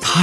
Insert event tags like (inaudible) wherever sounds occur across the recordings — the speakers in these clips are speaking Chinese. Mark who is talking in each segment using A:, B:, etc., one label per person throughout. A: 他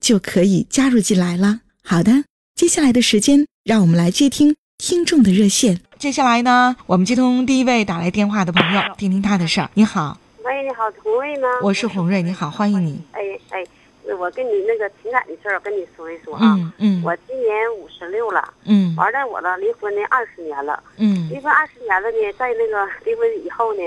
B: 就可以加入进来了。好的，接下来的时间，让我们来接听听众的热线。接下来呢，我们接通第一位打来电话的朋友，听听他的事儿。你好，
C: 喂，你好，红瑞吗？
B: 我是洪瑞，你好，欢迎你。
C: 哎哎，我跟你那个情感的事儿，我跟你说一说啊。
B: 嗯嗯
C: 我今年五十六了，
B: 嗯
C: 完了我呢离婚呢二十年了，
B: 嗯
C: 离婚二十年了呢，在那个离婚以后呢，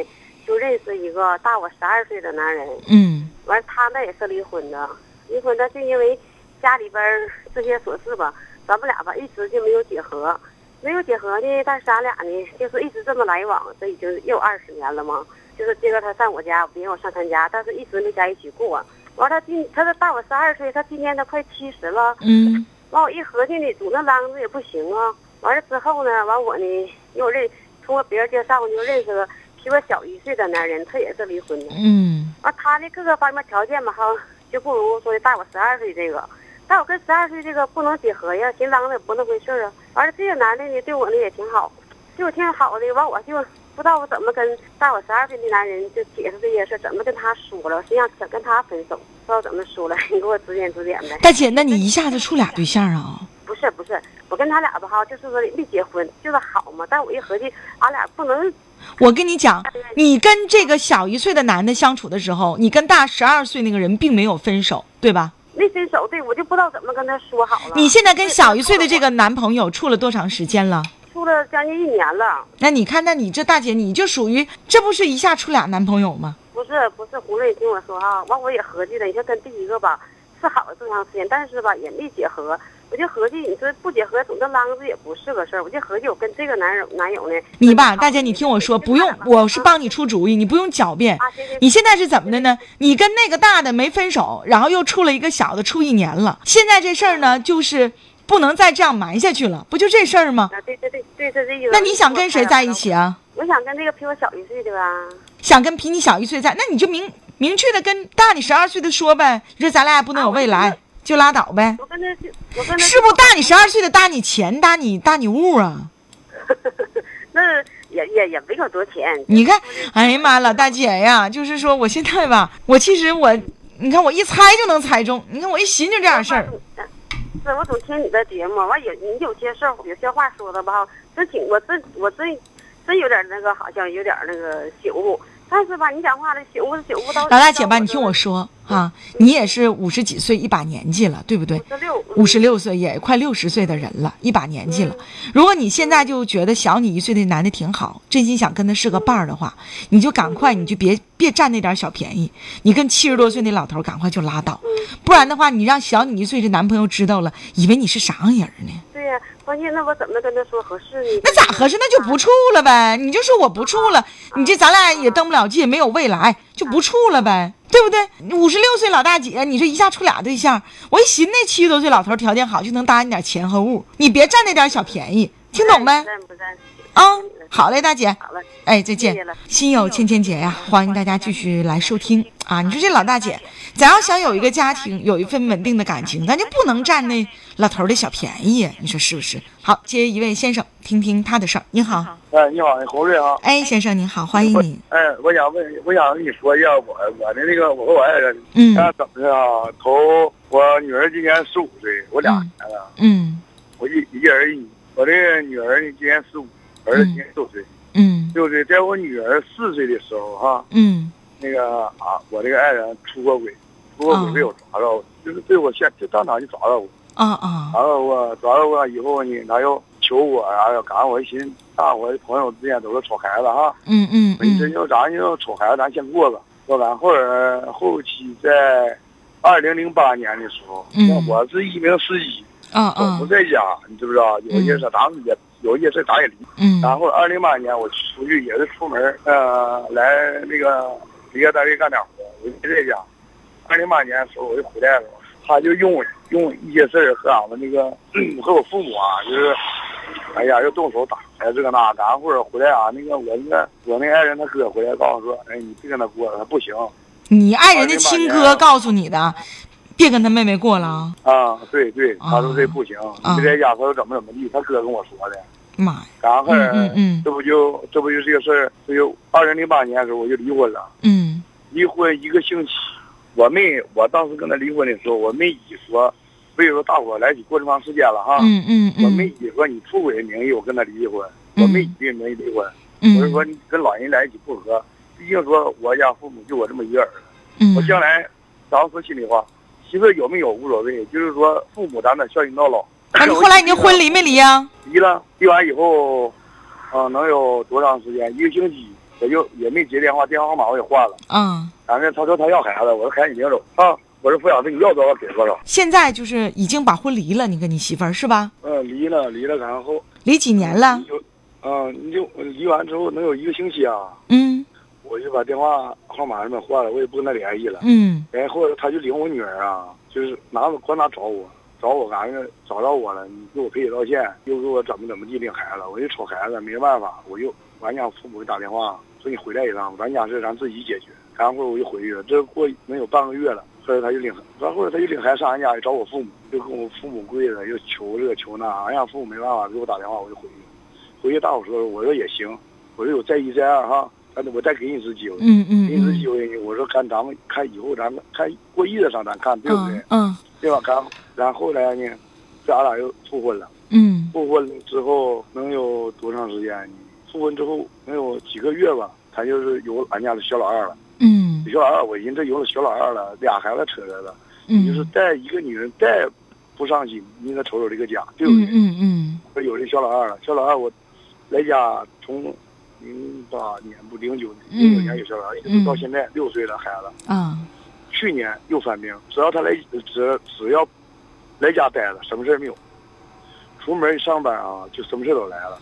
C: 就认识一个大我十二岁的男人，
B: 嗯
C: 完了他那也是离婚的，离婚的就因为家里边儿这些琐事吧，咱们俩吧一直就没有结合，没有结合呢，但是咱俩呢就是一直这么来往，这已经又二十年了嘛，就是今个他上我家，明个我上他家，但是一直没在一起过。完了，他今他这大我十二岁，他今年他快七十了。
B: 嗯
C: 完我一合计呢，拄那啷子也不行啊。完了之后呢，完我呢又认通过别人介绍，我就认识个比我小一岁的男人，他也是离婚的。
B: 嗯
C: 啊，他的各个方面条件吧，哈，就不如说的大我十二岁这个。但我跟十二岁这个不能结合呀，寻啷个也不那回事儿啊。完了，这个男的呢，对我呢也挺好，对我挺好的。完，我就不知道我怎么跟大我十二岁的男人就解释这些事儿，怎么跟他说了，谁让想跟他分手，不知道怎么说了， (laughs) 你给我指点指点呗。
B: 大姐，那你一下子处俩对象啊？
C: 不是不是，我跟他俩吧哈，就是说没结婚，就是好嘛。但我一合计，俺俩不能
B: 我跟你讲，你跟这个小一岁的男的相处的时候，你跟大十二岁那个人并没有分手，对吧？
C: 没分手，对我就不知道怎么跟他说好了。
B: 你现在跟小一岁的这个男朋友处了多长时间了？
C: 处了将近一年了。
B: 那你看，那你这大姐，你就属于这不是一下处俩男朋友吗？
C: 不是不是，胡瑞，听我说啊，完我也合计了，你说跟第一个吧是好了这么长时间，但是吧也没结合，我就合计你说不结合总这啷子也不是个事儿，我就合计我跟这个男友男友呢，
B: 你吧，大姐，你听我说，不用，我是帮
C: 你。
B: 你出主意，你不用狡辩
C: 啊行行。
B: 你现在是怎么的呢？你跟那个大的没分手，然后又处了一个小的，处一年了。现在这事儿呢，就是不能再这样埋下去了，不就这事儿吗？
C: 啊，对对对对，是这意思。
B: 那你想跟谁在一起啊？
C: 我想跟这个比我小一岁的吧。
B: 想跟比你小一岁在，那你就明明确的跟大你十二岁的说呗，你说咱俩也不能有未来，就拉倒呗。
C: 我跟他，我跟他
B: 是不大你十二岁的大你钱，大你大你物啊？
C: 那也也也没有多钱。
B: 你看，哎呀妈，老大姐呀，就是说我现在吧，我其实我，你看我一猜就能猜中，你看我一寻就这样事儿。
C: 是我总听你的节目，完有你有些事儿有些话说的吧，真挺我真我真真有点那个，好像有点那个醒悟。但是吧，你讲话的醒悟是醒悟到
B: 老大姐吧，你听我，说啊，你也是五十几岁一把年纪了，对不对
C: 五？十六
B: 五十六岁也快六十岁的人了，一把年纪了。如果你现在就觉得小你一岁的男的挺好，真心想跟他是个伴儿的话，你就赶快，你就别别占那点小便宜，你跟七十多岁那老头儿赶快就拉倒，不然的话，你让小你一岁这男朋友知道了，以为你是啥样人呢？
C: 对呀、关键那我怎么跟他说合适呢？啊
B: 那咋合适？那就不处了呗，你就说我不处了，你这咱俩也登不了记，没有未来，就不处了呗，对不对？五十六岁老大姐，你这一下处俩对象，我一寻那七十多岁老头条件好，就能搭你点钱和物，你别占那点小便宜，听懂没？
C: 在不在？
B: 啊，好嘞，大姐，
C: 好了，
B: 哎，再见
C: 谢谢了。
B: 心有千千结呀，欢迎大家继续来收听啊！你说这老大姐，咱要想有一个家庭，有一份稳定的感情，咱就不能占那老头儿的小便宜，你说是不是？好，接一位先生，听听他的事儿。你好。
D: 哎，你好，侯瑞啊。
B: 哎，先生您好，欢迎你。
D: 哎，我想问，我想跟你说一下我我的那个我和我爱人，
B: 嗯
D: 他怎么的啊？头我女儿今年十五岁，我俩
B: 嗯
D: 年了，
B: 嗯
D: 我一一人一女。我这女儿呢今年十五，儿子今年六岁，
B: 嗯
D: 六岁。在我女儿四岁的时候哈、
B: 嗯
D: 那个啊，我这个爱人出过轨，出过
B: 哦
D: 轨被我抓着，就是被我现就当场就抓着我，
B: 哦
E: 啊啊，
D: 然后吧，完了吧以后呢，他又求我啥呀，赶上我一寻思，那我的朋友之间都是瞅孩子哈，
E: 嗯嗯
D: 我一寻
E: 嗯，
D: 思咱就瞅孩子，咱先过了，说咱后儿后期在二零零八年的时候，
E: 嗯
D: 那我是一名司机，
E: 啊
B: 哦
D: 我
E: 啊
D: 不，在家，你知不知道？有一些事儿咱们也有一些事儿咱也理解。
E: 嗯
D: 然后二零八年我出去也是出门，呃，来那个离开单位干点活，我就在家。二零八年的时候我就回来了，他就用我用一些事儿和俺们那个 (clears throat) 和我父母啊，就是，哎呀，又动手打哎这个那，然后回来啊，那个我那个我那个爱人他哥回来告诉我说，哎，你别跟他过了，他不行
E: 你爱
D: 哎
E: 人的亲哥告诉你的，别跟他妹妹过了啊，
D: 啊，对对，他说这不行，
E: 啊
D: 你别在家，他说怎么怎么地，他哥跟我说的。
E: 妈呀，
D: 然后
E: 嗯嗯嗯
D: 这不就这不就这个事儿，这就二零零八年的时候我就离婚了。
E: 嗯
D: 离婚一个星期，我妹我当时跟他离婚的时候，我妹以说，为说大伙儿来一起过这长时间了哈，
E: 嗯嗯
D: 啊我妹
E: 嗯
D: 以说你出轨的名义我跟他离婚，
E: 嗯
D: 我妹以名义离婚，
E: 嗯，
D: 我就说你跟老人来一起不合，毕竟说我家父母就我这么一个儿子，
E: 嗯，
D: 我将来，咱说心里话，媳妇儿有没有无所谓，就是说父母咱得孝敬到老。
B: 啊
E: 那你后来你这婚离没离呀？
D: 离了，离完以后，嗯、能有多长时间？一个星期，我就也没接电话，电话号码我也换了。
E: 啊，
D: 反正他说他要孩子，我说孩子你领走啊，我说抚养费你要多少给多少。
E: 现在就是已经把婚离了，你跟你媳妇儿是吧？
D: 嗯，离了，离了，然后
E: 离几年了
D: 你？就，嗯，你就离完之后能有一个星期啊，
E: 嗯
D: 我就把电话号码什么换了，我也不跟他联系了。
E: 嗯
D: 然后哎他就领我女儿啊，就是拿着光拿找我，找我干啥？找着我了，你给我赔礼道歉，又给我怎么怎么地领孩子，我就瞅孩子没办法，我就俺家父母给打电话说你回来一趟，咱家事咱自己解决。然后我就回去了，这过能有半个月了，后来他就领，然后他就领孩子上俺家去找我父母，就跟我父母跪着，又求这个求那，俺家父母没办法给我打电话，我就回去了。回去大伙说，我说也行，我说我再一再二哈，但是我再给你一次机会。
E: 嗯嗯
D: 临时
E: 嗯
D: 机会，我说看咱们看以后咱们看过日子上咱看对不对？
E: 嗯嗯
D: 对吧？然后然后后来呢，这俺俩又复婚了。
E: 嗯
D: 复婚之后能有多长时间呢？复婚之后能有几个月吧，他就是有俺家的小老二了。
E: 嗯
D: 小老二，我寻思有了小老二了，俩孩子扯着了，你就是
E: 嗯
D: 带一个女人带不上心，你应该瞅瞅这个家，对不对？
E: 嗯嗯
D: 我有这小老二了，小老二我来家从零八年不零九年零九
E: 嗯
D: 年有小老二，一直到现在六岁了孩子。
E: 啊
D: 去年又犯病，只要他来，只只要来家待着，什么事儿没有。出门上班啊，就什么事儿都来了，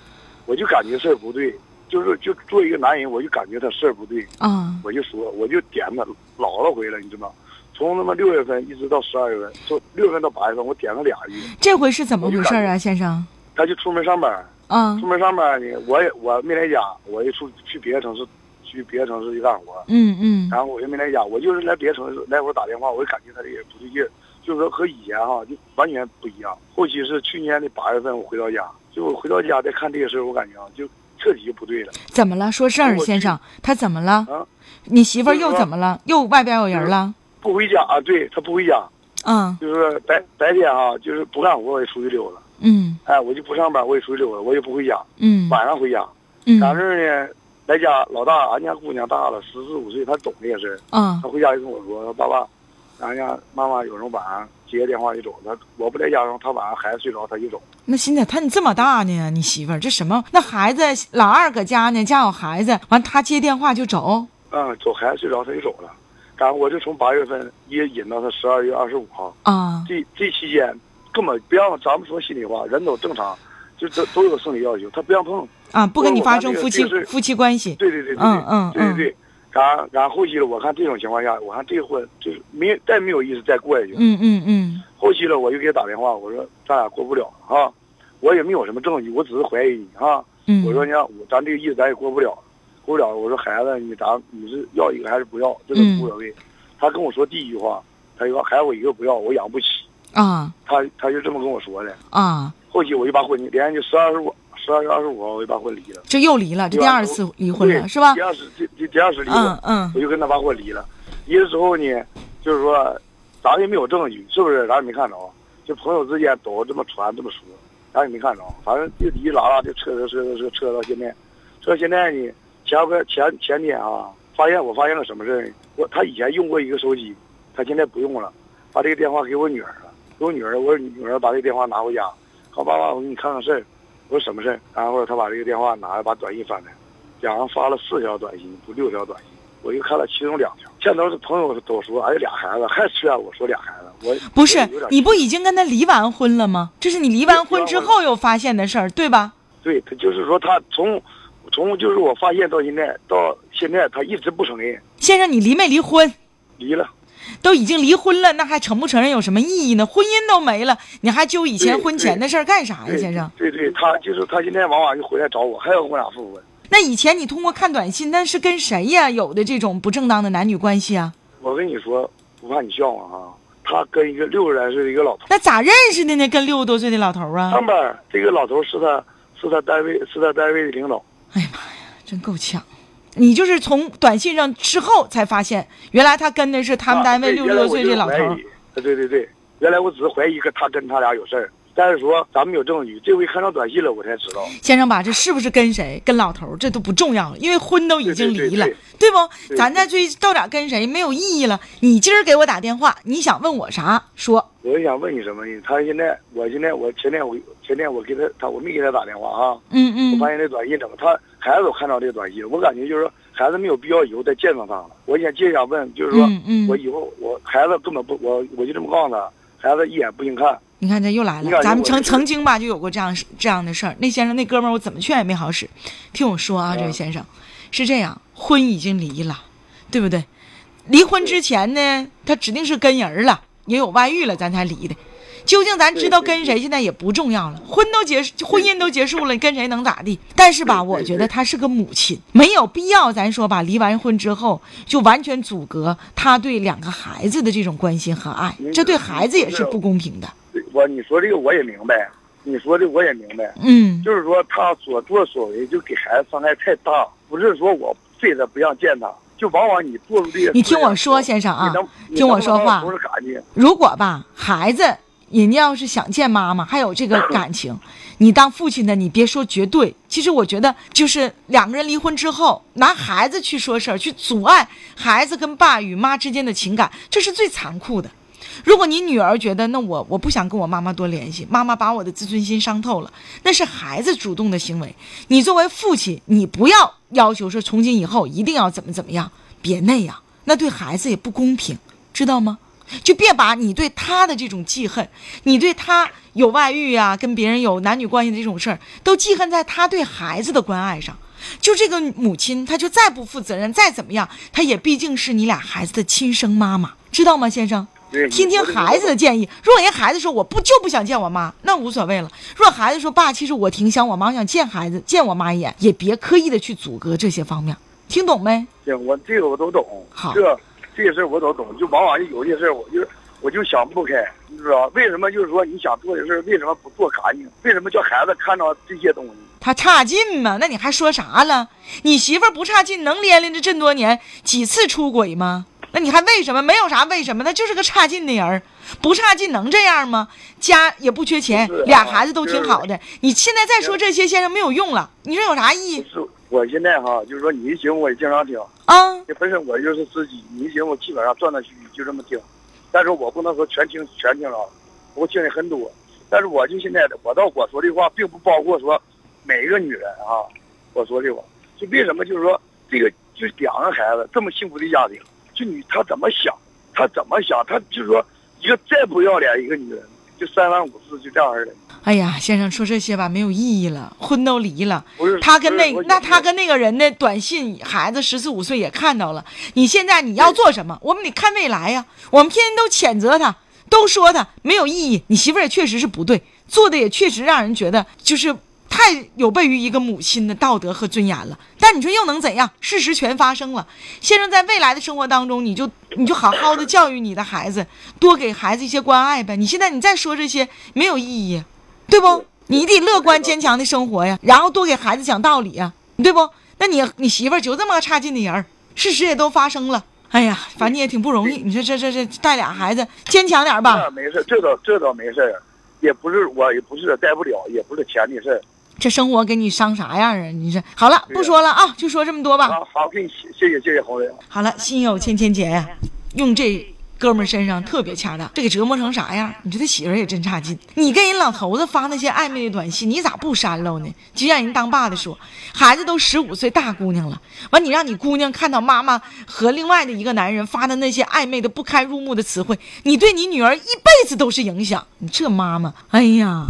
D: 我就感觉事儿不对，就是就做一个男人，我就感觉他事儿不对，
E: 啊
D: 我就说，我就点他老了回来，你知道吗？从他妈六月份一直到十二月份，从六月份到八月份，我点了俩月，
E: 这回是怎么回事儿啊，先生？
D: 他就出门上班，
E: 啊
D: 出门上班呢，我也我没来家，我就出去别的城市，去别的城市去干活，
E: 嗯嗯
D: 然后我就没来家，我就是来别的城市来回打电话，我就感觉他这也不对劲儿，就是说和以前哈、就完全不一样。后期是去年的八月份我回到家，就我回到家再看这个事儿，我感觉啊就彻底就不对了。
E: 怎么了？说事儿，
D: 我
E: 先生，他怎么了
D: 啊？
E: 你媳妇儿又怎么了？又外边有人了？
D: 不回家啊，对他不回家，
E: 啊
D: 就是说白白天啊，就是不干活我也出去溜了，
E: 嗯
D: 哎，我就不上班我也出去溜了，我也不回家，
E: 嗯
D: 晚上回家。
E: 嗯
D: 咱这儿呢，来家老大，俺家姑娘大了十四五岁，她懂这些事儿，
E: 啊
D: 他回家就跟我说：“说爸爸，俺家妈妈有时候晚上接个电话就走，他我不在家的时候，他晚上孩子睡着他就走。
E: 那现在他你这么大呢，你媳妇儿这什么？那孩子老二搁家呢，家有孩子，完他接电话就走。
D: 嗯，走孩子睡着他就走了。然后我就从八月份一直引到他十二月二十五号，
E: 啊
D: 这这期间根本不让咱们说心里话，人都正常，就都都有生理要求，他不让碰。
E: 啊，不跟你发生
D: 我
E: 夫
D: 我
E: 妻
D: 这个是
E: 夫妻关系。
D: 对对对对对，
E: 嗯嗯
D: 对对对。然然后期了，我看这种情况下，我看这婚就是没再没有意思再过下去。
E: 嗯嗯嗯
D: 后期了，我就给他打电话，我说咱俩过不了啊，我也没有什么证据，我只是怀疑你啊。
E: 嗯。
D: 我说呢，我咱这个意思咱也过不了，过不了。我说孩子，你咱你是要一个还是不要，这个
E: 嗯
D: 无所谓。他跟我说第一句话，他就说孩子我一个不要，我养不起。
E: 啊
D: 他他就这么跟我说的。
E: 啊，
D: 后期我就把婚离，连就十二十五，十二月二十五号我就把婚离了，
E: 这又离了，这
D: 对
E: 第
D: 吧
E: 二次离婚了
D: 对
E: 是吧
D: 第？二次第第第二次离婚，
E: 嗯嗯
D: 我就跟他把婚离了。离了之后呢，就是说，咱也没有证据，是不是？咱也没看着，就朋友之间都这么传这么说，咱也没看着。反正就离拉拉就扯扯扯扯扯扯到现在，扯到现在呢，前边前前天啊，发现我发现了什么事儿呢？我他以前用过一个手机，他现在不用了，把这个电话给我女儿了。我女儿，我女儿把这电话拿回家，好爸爸，我给你看看事儿。我说什么事儿？然后她把这个电话拿来，把短信翻开，两人发了四条短信，不六条短信。我就看了其中两条，现在都是朋友都说，哎，俩孩子，还劝我说俩孩子，我
E: 不
D: 我
E: 是
D: 有点啊
E: 你不已经跟他离完婚了吗？这是你离完婚之后又发现的事儿，对吧？
D: 对他就是说他从从就是我发现到现在到现在他一直不承认
E: 先生，你离没离婚？
D: 离了，
E: 都已经离婚了，那还承不承认有什么意义呢？婚姻都没了，你还揪以前婚前的事儿干啥呀，
D: 对
E: 先生？
D: 对对，他就是他现在往往就回来找我，还要跟我俩复婚。
E: 那以前你通过看短信，那是跟谁呀？有的这种不正当的男女关系啊？
D: 我跟你说，不怕你笑话啊，他跟一个六十来岁的一个老头，
E: 那咋认识的呢？跟六十多岁的老头啊
D: 上？班儿这个老头是他是他单位是他单位的领导，
E: 哎呀妈呀，真够呛！你就是从短信上之后才发现，原来他跟的是他们单位
D: 啊
E: 六十多岁这老头。。
D: 对原来我就是怀疑啊对对对，原来我只是怀疑跟他跟他俩有事儿，但是说咱们有证据，这回看到短信了我才知道。
E: 先生吧，这是不是跟谁跟老头儿这都不重要了，因为婚都已经
D: 对对
E: 离了，
D: 对
E: 不？咱再追到哪跟谁没有意义了。你今儿给我打电话，你想问我啥？说
D: 我想问你什么呢？他现在，我现在，我前天我前天我给他，他我没给他打电话啊。
E: 嗯
D: 我发
E: 嗯，
D: 现这短信怎么，他孩子我看到这短信，我感觉就是说孩子没有必要以后再见到他了。我想就想问，就是说、
E: 嗯嗯
D: 我以后我孩子根本不，我我就这么告诉他，孩子一眼不行看。
E: 你看这又来
D: 你感
E: 了。
D: 觉
E: 咱们
D: 我
E: 曾
D: 就是
E: 曾经吧就有过这样这样的事儿。那先生那哥们儿我怎么劝也没好使。听我说啊，这位先生，是这样，婚已经离了，对不对？离婚之前呢，他指定是跟人儿了，也有外遇了，咱才离的。究竟咱知道跟谁，现在也不重要了。婚都结束，婚姻都结束了，你跟谁能咋地？但是吧，
D: 对对
E: 我觉得她是个母亲，没有必要咱说吧，离完婚之后就完全阻隔她对两个孩子的这种关心和爱
D: 嗯，
E: 这对孩子也是不公平的。
D: 我你说这个我也明白，你说的我也明白，
E: 嗯，
D: 就是说他所作所为就给孩子伤害太大，不是说我非得不让见他，就往往你做出这些。
E: 你听我说，先生啊
D: 你能，你
E: 听我
D: 能不
E: 说
D: 能
E: 话
D: 不。是感情。
E: 如果吧，孩子人家要是想见妈妈，还有这个感情，你当父亲的，你别说绝对。其实我觉得，就是两个人离婚之后，拿孩子去说事儿，去阻碍孩子跟爸与妈之间的情感，这是最残酷的。如果你女儿觉得那我我不想跟我妈妈多联系，妈妈把我的自尊心伤透了，那是孩子主动的行为。你作为父亲，你不要要求说从今以后一定要怎么怎么样，别那样，那对孩子也不公平，知道吗？就别把你对他的这种记恨，你对他有外遇啊，跟别人有男女关系的这种事儿，都记恨在他对孩子的关爱上。就这个母亲，她就再不负责任，再怎么样，她也毕竟是你俩孩子的亲生妈妈，知道吗，先生？
D: 对
E: 听听孩子的建议。如果人孩子说我不就不想见我妈，那无所谓了。如果孩子说爸，其实我挺想我妈，我想见孩子，见我妈一眼，也别刻意的去阻隔这些方面，听懂没？
D: 行，我这个我都懂，
E: 好
D: 这这些事儿我都懂，就往往有些事儿我就我就想不开，你知道吧为什么？就是说你想做的事儿，为什么不做干净？为什么叫孩子看到这些东西？
E: 他差劲嘛？那你还说啥了？你媳妇儿不差劲，能连连着这么多年几次出轨吗？那你还为什么？没有啥为什么，她就是个差劲的人儿，不差劲能这样吗？家也不缺钱
D: 不是啊，
E: 俩孩子都挺好的。你现在再说这些，先生没有用了。你说有啥意
D: 不
E: 义
D: 是，我现在哈，就是说你一节目我也经常听，
E: 啊？
D: 本身我就是司机，你一节目基本上断断续续就这么听，但是我不能说全听全听着，我听的很多，但是我就现在我到我说这话，并不包括说每一个女人啊，我说这话，就为什么就是说这个就是两个孩子这么幸福的家庭，就你她怎么想，她怎么想，她就是说一个再不要脸一个女人，就三番五次就这样式的，
E: 哎呀，先生说这些吧没有意义了，婚都离了
D: 不是，
E: 他跟那
D: 不是我
E: 那
D: 觉得
E: 他跟那个人的短信，孩子十四五岁也看到了。你现在你要做什么？我们得看未来呀。我们天天都谴责他，都说他没有意义。你媳妇儿也确实是不对，做的也确实让人觉得就是太有悖于一个母亲的道德和尊严了。但你说又能怎样？事实全发生了。先生在未来的生活当中，你就你就好好的教育你的孩子，多给孩子一些关爱呗。你现在你再说这些没有意义，对不？你得乐观坚强的生活呀，然后多给孩子讲道理呀，对不？那你你媳妇儿就这么个差劲的人儿，事实也都发生了。哎呀，反正你也挺不容易，你说这这这带俩孩子，坚强点儿吧
D: 那。没事，这倒这倒没事儿，啊也不是我也不是带不了，也不是钱的事儿
E: 这生活给你伤啥样啊？你这好了，
D: 对呀
E: 不说了啊，就说这么多吧。
D: 啊。好，给你谢谢谢谢红人。
E: 好了，心有千千结呀，用这哥们儿身上特别恰当，这给折磨成啥样？你说他媳妇儿也真差劲。你跟人老头子发那些暧昧的短信，你咋不删喽呢？就让人当爸的说，孩子都十五岁大姑娘了，完你让你姑娘看到妈妈和另外的一个男人发的那些暧昧的不堪入目的词汇，你对你女儿一辈子都是影响。你这妈妈，哎呀，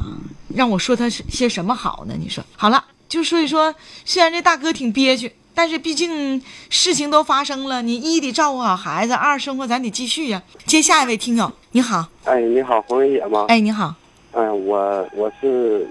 E: 让我说她是些什么好呢？你说好了，就所以说，虽然这大哥挺憋屈。但是毕竟事情都发生了，你一得照顾好孩子，二生活咱得继续呀、接下一位听友，你好，
F: 哎，你好，黄梅姐吗？
E: 哎，你好
F: 嗯、我我是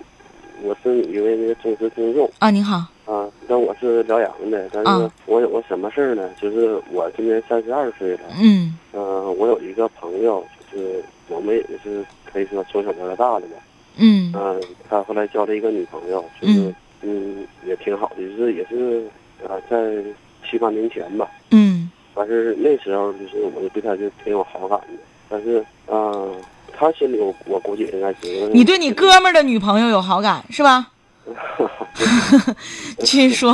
F: 我是一位那个忠实听众
E: 啊，你好，
F: 啊，但我是辽阳的，但是
E: 啊
F: 我有个什么事儿呢？就是我今年三十二岁了，
E: 嗯
F: 嗯、我有一个朋友，就是我们也是可以说从小玩到大的吧，
E: 嗯
F: 嗯、他后来交了一个女朋友，就是嗯也挺好的，就是也是啊、在七八年前吧，
E: 嗯
F: 但是那时候就是我就对他就挺有好感的，但是嗯、他心里我我估计应该知道，
E: 你对你哥们儿的女朋友有好感是吧？ (laughs) 继续说，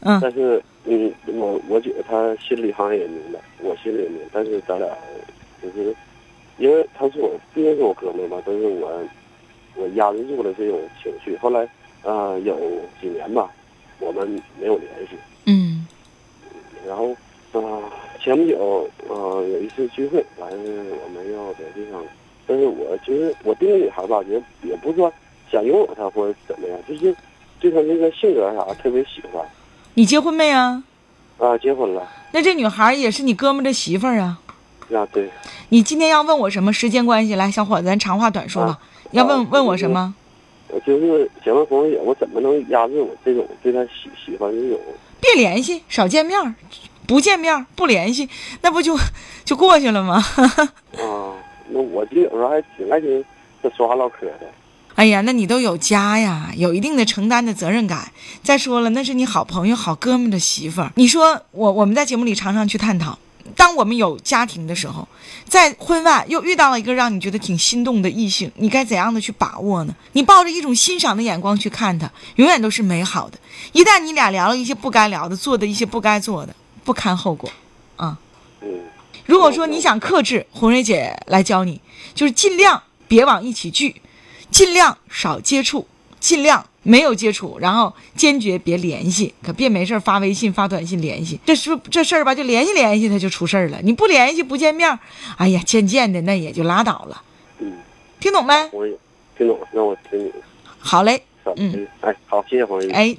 E: 嗯
F: 但是，嗯，我我觉得他心里好像也明白，我心里也明白。但是咱俩就是，因为他是我，毕竟是我哥们儿嘛，但是我我压制住了这种情绪。后来，呃，有几年吧，我们没有联系。
E: 嗯
F: 然后，呃，前不久，呃，有一次聚会，完了我们要在地上，但是我就是我对那女孩吧，也也不是说想拥有她或者怎么样，就是对她那个性格啥特别喜欢。
E: 你结婚没啊？
F: 啊，结婚了。
E: 那这女孩儿也是你哥们儿的媳妇儿啊。
F: 啊，对，
E: 你今天要问我什么？时间关系，来，小伙子，咱长话短说吧。要问问我什么？
F: 我就是想问红姐，我怎么能压制我这种对他喜喜欢这种？
E: 别联系，少见面儿，不见面儿，不联系，那不就就过去了吗？ (laughs)
F: 啊，那我就有时候还挺爱听这说话唠嗑的。
E: 哎呀，那你都有家呀，有一定的承担的责任感。再说了，那是你好朋友、好哥们的媳妇儿。你说我我们在节目里常常去探讨，当我们有家庭的时候，在婚外又遇到了一个让你觉得挺心动的异性，你该怎样的去把握呢？你抱着一种欣赏的眼光去看他，永远都是美好的。一旦你俩聊了一些不该聊的，做的一些不该做的，不堪后果。啊
F: 嗯，
E: 如果说你想克制，红蕊姐来教你，就是尽量别往一起聚，尽量少接触，尽量没有接触，然后坚决别联系，可别没事儿发微信、发短信联系。这是这事儿吧，就联系联系，他就出事儿了。你不联系、不见面儿，哎呀，渐渐的那也就拉倒了。
F: 嗯，
E: 听懂没？
F: 红姐，听懂了？那我听你
E: 好嘞，
F: 怎么
E: 嗯
F: 的？哎，好，谢谢红姐。
E: 哎。